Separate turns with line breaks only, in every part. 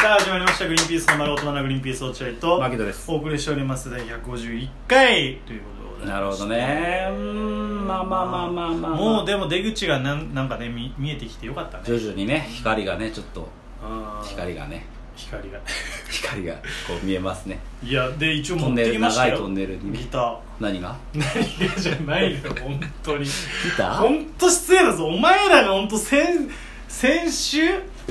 さあ始まりました「グリーンピースの丸大人なグリーンピース落合」と
マキトです
お送りしております第151回ということで
なるほどねうんまあまあまあまあまあ、まあ、
もうでも出口がなんなんかね見見えてきてよかったね
徐々にね光がねちょっと
あー
光がね
光が
光がこう見えますね
いやで一応
ト
持
ン
っ
ネ
て
ル
きました
長
よ
いトンネル
ギ
に
ター
何が
何がじゃないよ本当に
ギター
本当失礼だぞお前らが本当先先週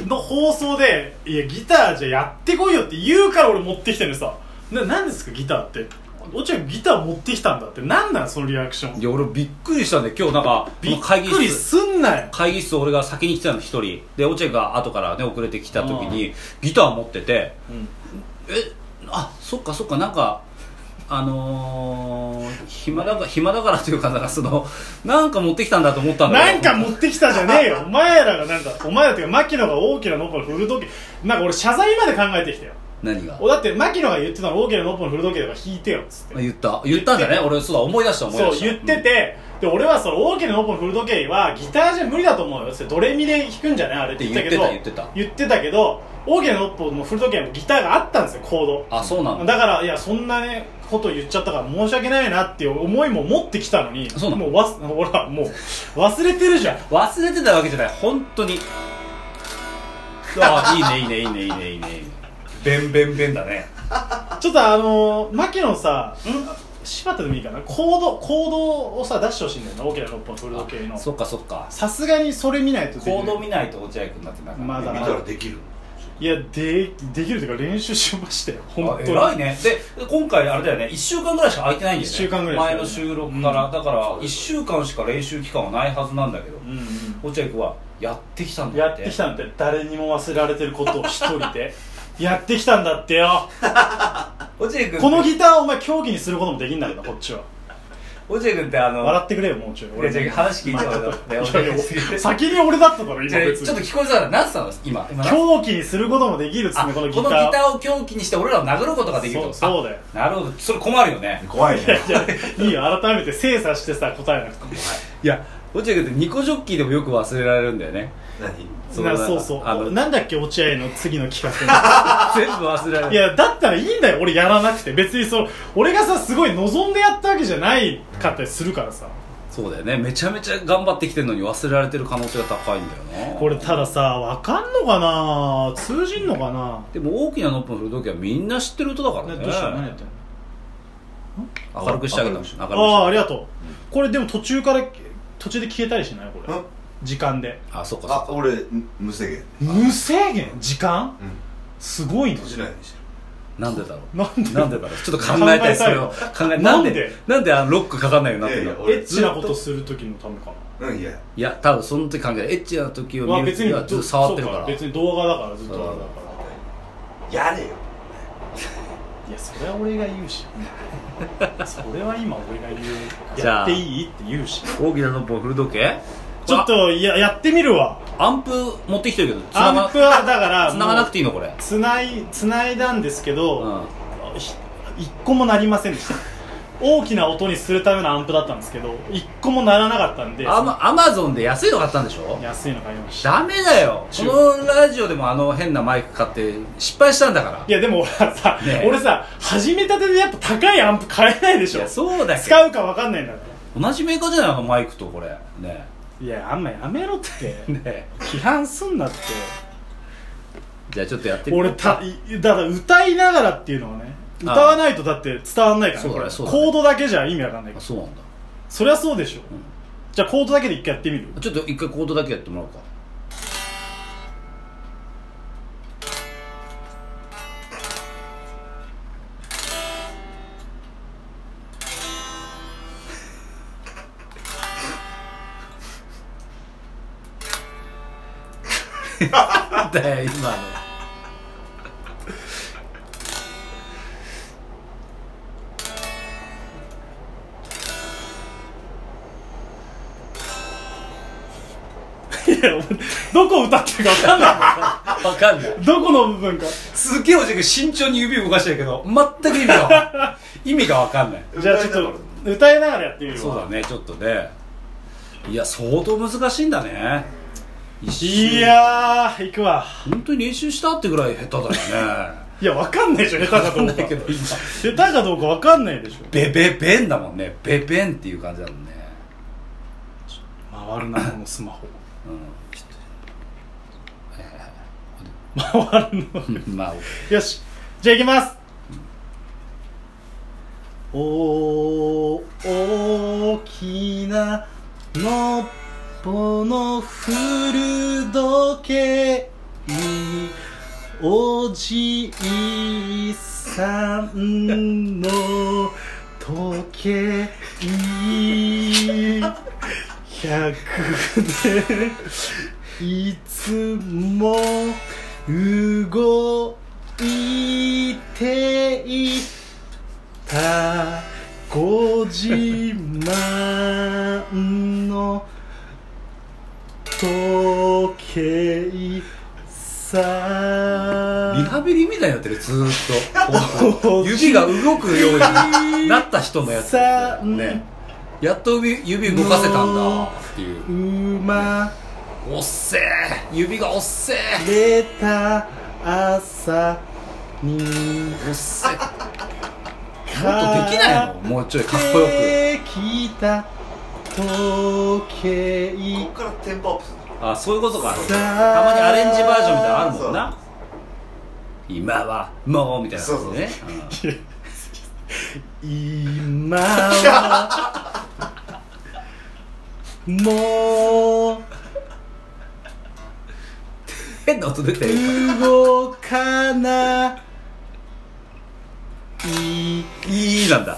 の放送で「いやギターじゃやってこいよ」って言うから俺持ってきてるのさな何ですかギターって落合君ギター持ってきたんだって何なんそのリアクション
いや俺びっくりしたんで今日なんか
びっ
この
くりすんなよ
会議室俺が先に来てたの一人で落合が後からね遅れてきた時にギター持っててえあそっかそっかなんかあのー、暇だか暇だからというかなんかそのなんか持ってきたんだと思ったんだ
な
け
ん
ど
か持ってきたじゃねえよお前らがなんかお前らっていうか牧野が大きなノッポの振る時なんか俺謝罪まで考えてきたよ
何が
おだって牧野が言ってたの大きなノッポの振る時とか弾いてよっつって
言った言ったんだね
言って
俺そうだ思い出した思い出
そう
した
言ってて、で俺はその大きなノッポの振る時計はギターじゃ無理だと思うよってドレミで弾くんじゃないあれって言ったけど
言ってた
言ってたけど大きなノッポの振る時計もギターがあったんですよコード
うんあそうなんだ
だからいやそんなねこと言っちゃったから申し訳ないなっていう思いも持ってきたのに
そうな
も
の
うわすほらもう忘れてるじゃん
忘れてたわけじゃない本当にああいいねいいねいいねいいねいいねいいねベンベンベンだね
ちょっとあのー、牧野さ柴田でもいいかなコードコードをさ出してほしいんだよな大きなノッポの振る時計の
あそっかそっか
さすがにそれ見ないとできない
行動見ないと落合君だってなかなか
まだ
見たらできる
いやでできるというか練習しましたよ
あ
本当
偉い
に
ねで今回あれだよね1週間ぐらいしか空いてないんだよ
一
ね
週間ぐらい
前の
ですよね
収録から、
うん
だから1週間しか練習期間はないはずなんだけど
うんうん
落合君はやってきたんだ
や
っ
っててきたんだって誰にも忘れられてることを一人でやって きたんだってよ
落合君
このギターをお前競技にすることもできんだけどこっちは
落合君ってあの
笑ってくれよもうちょい
いやじゃあ話聞いてもらおう
いや
ね
いや 先に俺だっただろ
じ
今
ゃあ
別
ちょっと
に
聞こえそうだな何つったの今今何
競技にすることもできるっつっ
あ
てね
こ
この
のギ
ギ
タ
ター
ーを狂気にして俺らを殴ることができる
そ
と
うそうだよ
あなるほどそれ困るよね
怖いね
いや いいよ改めて精査してさ答えなくても
いや落合君ってニコジョッキーでもよく忘れられるんだよ ね
何
そう
なそうそう
あの
なんだっけ落合の次の企画
全部忘れられ
いやだったらいいんだよ俺やらなくて別にその俺がさすごい望んでやったわけじゃないかったりするからさ
そうだよねめちゃめちゃ頑張ってきてるのに忘れられてる可能性が高いんだよな
これたださ分かんのかな通じんのかな
でも大きなノッポの古時計はみんな知ってる歌だから
な
ね
どうしたの何やってんの
明るくしてあげた
明
の
るくし
明るく
ああーあ
し
りがとうこれでも途中から途中で消えたりしないこれ
ん
時間で
たあそっかそっ
あ
か
俺無制限
無制限時間
うん
すごいね
閉じないようにしてる
なんでだろう
なんで
なんでだろうちょっと考えたいそれを考えなん
なんで
でなんであのロックかかんないようになってる
いやい
の
や
エ
俺
ッチなことする時のためかな
うんいや
いや多分その時考えたエッチな時を
まあ
見る
別
時
に
はちょっと触ってるか
そう
ら
別に動画だからずっとあれだか
やれよ
らいやそれは俺が言うしそれは今俺が言う
じゃあ
やっていいって言うし
大きなノッポの古時計
ちょっといややってみるわ
アンプ持ってきてるけど
アンプはだから
繋がなく
て
ていいのこれ
つないつないだんですけ
う
ど、
ん
ひ一個も鳴りませんでした大きな音にするためのアンプだったんですけど一個も鳴らなかったんで
アマアマゾンで安いの買ったんでしょ
安いの買いました
ダメだよこ
中
のラジオでもあの変なマイク買って失敗したんだから
いやでも俺はさ、
ねえ
俺さ始めたてでやっぱ高いアンプ買えないでし
い
ょ
やそうだけど
使うか分かんないんだっ
同じメーカーじゃないのマイクとこれね
ていやあんまやめろって
ね
批判すんなって
じゃあちょっとやってみよ
俺
う
たいだから歌いながらっていうのはね歌
ああ
わないとだって伝わんないから、
そうだね
これ
そうだね
コードだけじゃ意味わかんないか
あ
ら
そうなんだ
そりゃそうでしょ、じゃあコードだけで一回やってみ る
ちょっと一回コードだけやってもらおうかなんだよ今の
いやお前どこ歌ってるか分かんな
わかんない
い どこの部分か
すげえおじく慎重に指動かしてるけど全く意味が意味がわかんない
じゃあちょっと歌いながらやってみるわ
そうだねちょっとねいや相当難しいんだね
いやー行くわ
本当に練習したってぐらい下手だよね
いやわかんないでしょ下手かどうか
だけど今
下手かどうかわかんないでしょ
ベベベンだもんねベベンっていう感じだもんね
回るなこのスマホ
うんちょ
回るの
っとまあ
よしじゃあ行きますお大きなのっぽの古時計おじいさんの時計100でいつも動いていたご自慢の時計さ
リハビリみたいになってるずーっと
おじ
指が動くようになった人のやつだよねやっと指指動かせたんだっていう
生ま
おっせえ指がおっせえ
れた朝に
おっせえもっとできないのもうちょいかっこよく
できた時計
こっからテンポアップするの
あそういうことかたまにアレンジバージョンみたいなのあるもんな
そ
今はもうみたいなことねうん
今はもう
変な音出てる
動かない
いいなんだ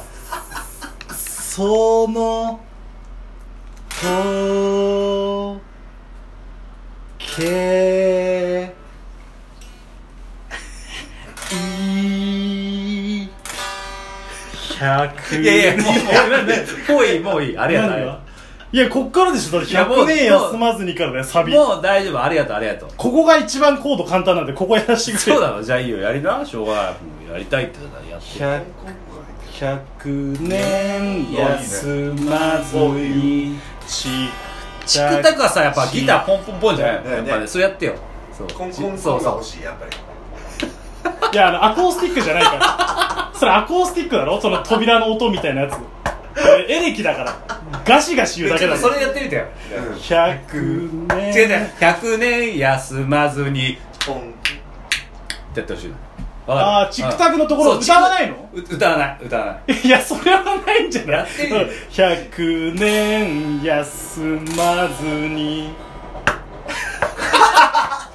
その時計い100
いやいやもうもうもういいもういいありがとうありが
いやこっからでしょだって
いやも
100
う
年休まずにからだよサ
とう
ビこ
もう大丈夫ありがとうありがとう
こが一番コード簡単なんでここやらせてくれ
そうだろじゃあいいよやりなしょうがないもうやりたいって言ったらやって
100 100年休まずにち
チクタクはさやっぱギターポンポンポンじゃないの
ね
やっぱねそれやってよそう
コンコン
そ
コ
う
ンが
そ
欲しいやっぱり
いや、あの、アコースティックじゃないから。それアコースティックだろその扉の音みたいなやつ。俺エレキだから。ガシガシ
う
言うだけだ
そ
ろ。
れやってみてよ
100年。
違う違う100年休まずに
コン
ってやってほしいの
あー、チクタクのところ歌わないの
ク歌わない歌わない
いや、それはないんじゃな
や
い
ってみる
100年休まず に。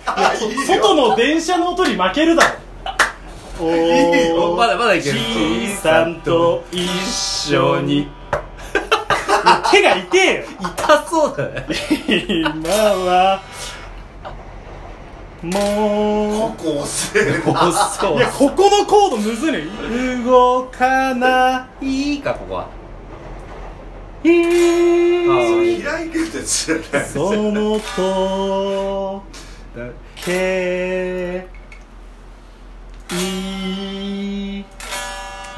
あいいよ
外の電車の音に負けるだろ。お
いいよ
まだまだいける
じいさんと一緒 に。いや手が痛えよ。
痛そうだね
今はも
コン押せる
おそうう
いやここのコードむずいね動かない
いかここはい
開いてるってつらい
そのとけい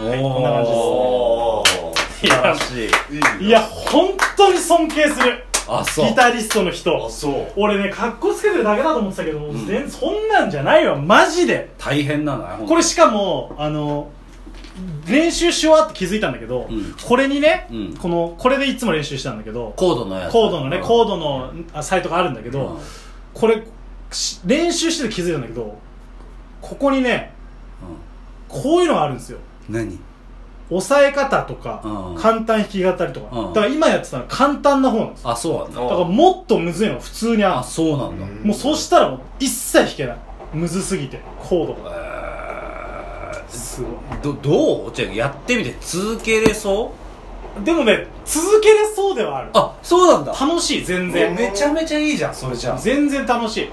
お
いこんな感じです
お素晴らしい
いや本当に尊敬する
あそう
ギタリストの人
そう
俺ね格好つけてるだけだと思ってたけど、全そんなんじゃないわマジで
大変なのよ
これしかもあの練習し終わって気づいたんだけど、
うん
これにね、
うん
このこれでいつも練習してたんだけど
コードのやつ
コードのね、コードのあサイトがあるんだけど、
うん
これし練習してて気づいたんだけどここにねこういうのがあるんですよ
何
押さえ方とか、
うん
簡単弾き語りとか、
うん
だから今やってたのは簡単な方なんですよ
あそうなんだ
だからもっとむずいのが普通にあるん
あ
です
そうなんだ
もうそうしたらもう一切弾けないむずすぎてコードがすごい
どどうじゃあやってみて続けれそう
でもね続けれそうではある
あそうなんだ
楽しい全然
めちゃめちゃいいじゃんそれじゃ
全然楽しい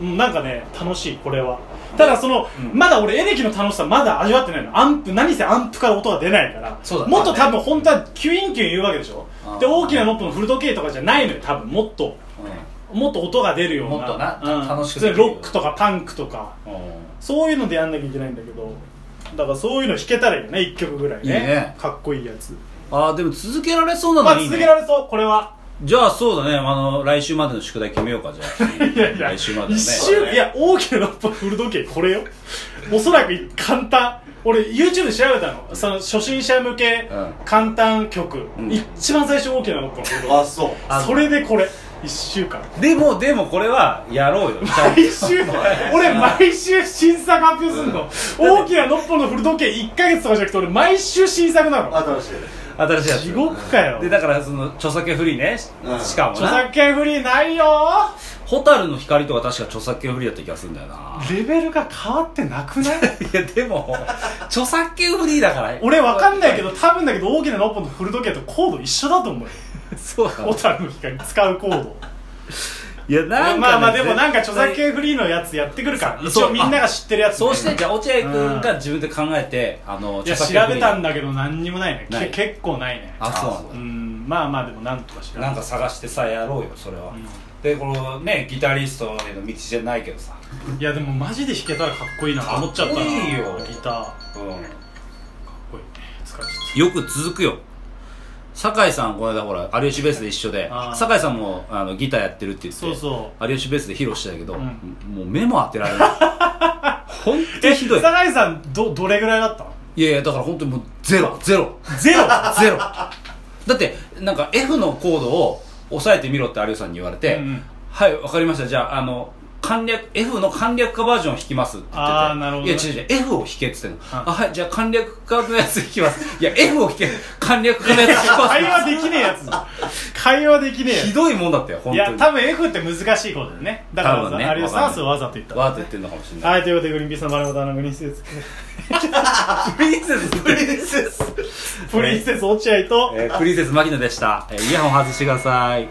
うんなんかね楽しいこれはただその、
うん
まだ俺エレキの楽しさまだ味わってないのアンプ何せアンプから音が出ないから
そうだ
もっと
まあ
多
ね
分本当はキュインキュイン言うわけでしょ
あー
で大きなノップのフル時計とかじゃないのよ多分もっともっと音が出るような
もっとな
うん
楽しく
そ
で
れ
きるよ
ロックとかパンクとか
うんうん
そういうのでやんなきゃいけないんだけどだからそういうの弾けたらいいよね1曲ぐらいね
いいね
かっこいいやつ
あーでも続けられそうな
ま
の
あ
いい
続
ね
けられそうこれは
じゃあそうだねあの来週までの宿題決めようかじゃあ
いやいや、
来週までのね
一週、いや、大きなラッパフル時計、これよ。おそらく簡単。俺、YouTube で調べたの。その、初心者向け
うん、
簡単曲。
ん
一番最初大きなラッパフル時
あそう
あ
計。それでこれ、一週間。
でもでもこれはやろうよちゃんと
毎週、俺、毎週新作発表すんの。大きなノッポの古時計1ヶ月とかじゃなくて、俺、毎週新作なの。
新しい
新しいやつ
地獄かよ
で。だからその著作権フリーねし
うん
しかも
著
な
作権フリーないよ
蛍の光とか確か著作権フリーだった気がするんだよな
レベルが変わってな くない
いやでも著作権フリーだから
俺わかんないけど多分だけど大きなノッポの古時計とコード一緒だと 思うよ
そうだ
小樽の光使うコード
いやなんかね、
まあまあでもなんか
絶
著
対
作権フリーのやつやってくるから一
そう
応みんなが知ってるやつね
そうしてじゃあ落合君が自分で考えて、あの
いや
著作権
調
フ
べ
リー
たんだけど何にもないねけ
ない
結構ないね
あそうなんだ
うんまあまあでもなんとか調べ
なんか探してさやろうよそれは、
ん
でこのねギタリストへの道じゃないけどさ
いやでもマジで弾けたらかっこいいなと思っちゃったな
かっこいいよ
ギターかっ
う
こいいね疲れちゃ
んよく続くよ酒井さんこの間ほら有吉ベースで一緒で
あー
酒井さんもあのギターやってるって言って
そうそ
有吉ベースで披露してたけど、
うん
もう目も当てられな い本
った
当にひどい
酒井さんどどれぐらいだったの
いやいやだから本当にもうゼロゼロ
ゼ ロ
ゼロだってなんか F のコードを押さえてみろって有吉さんに言われて、
うんうん
はいわかりましたじゃああの簡略 F の簡略化バージョンを弾きますって言ってて
あーなるほど
いや違う違う F を弾けって言ってんの、あはいじゃあ簡略化のやつ弾きますいや F を弾け簡略化のやつ弾きます
会話できねえやつじゃん会話できねえやつ
ひどいもんだったよ本
い
当
や
に
多分 F って難しいことだよねだから
多
有吉
分
さ
ね
ん有吉さん
わかんない
はそうわざと言った
わーって言ってんのかもしれない
はい、ということで、グリーンピースの丸本アナグリーンセ ス、
プリンセス
プリンセス
プリンセス落合と、
えープリンセス牧野でした、えーイヤホン外してください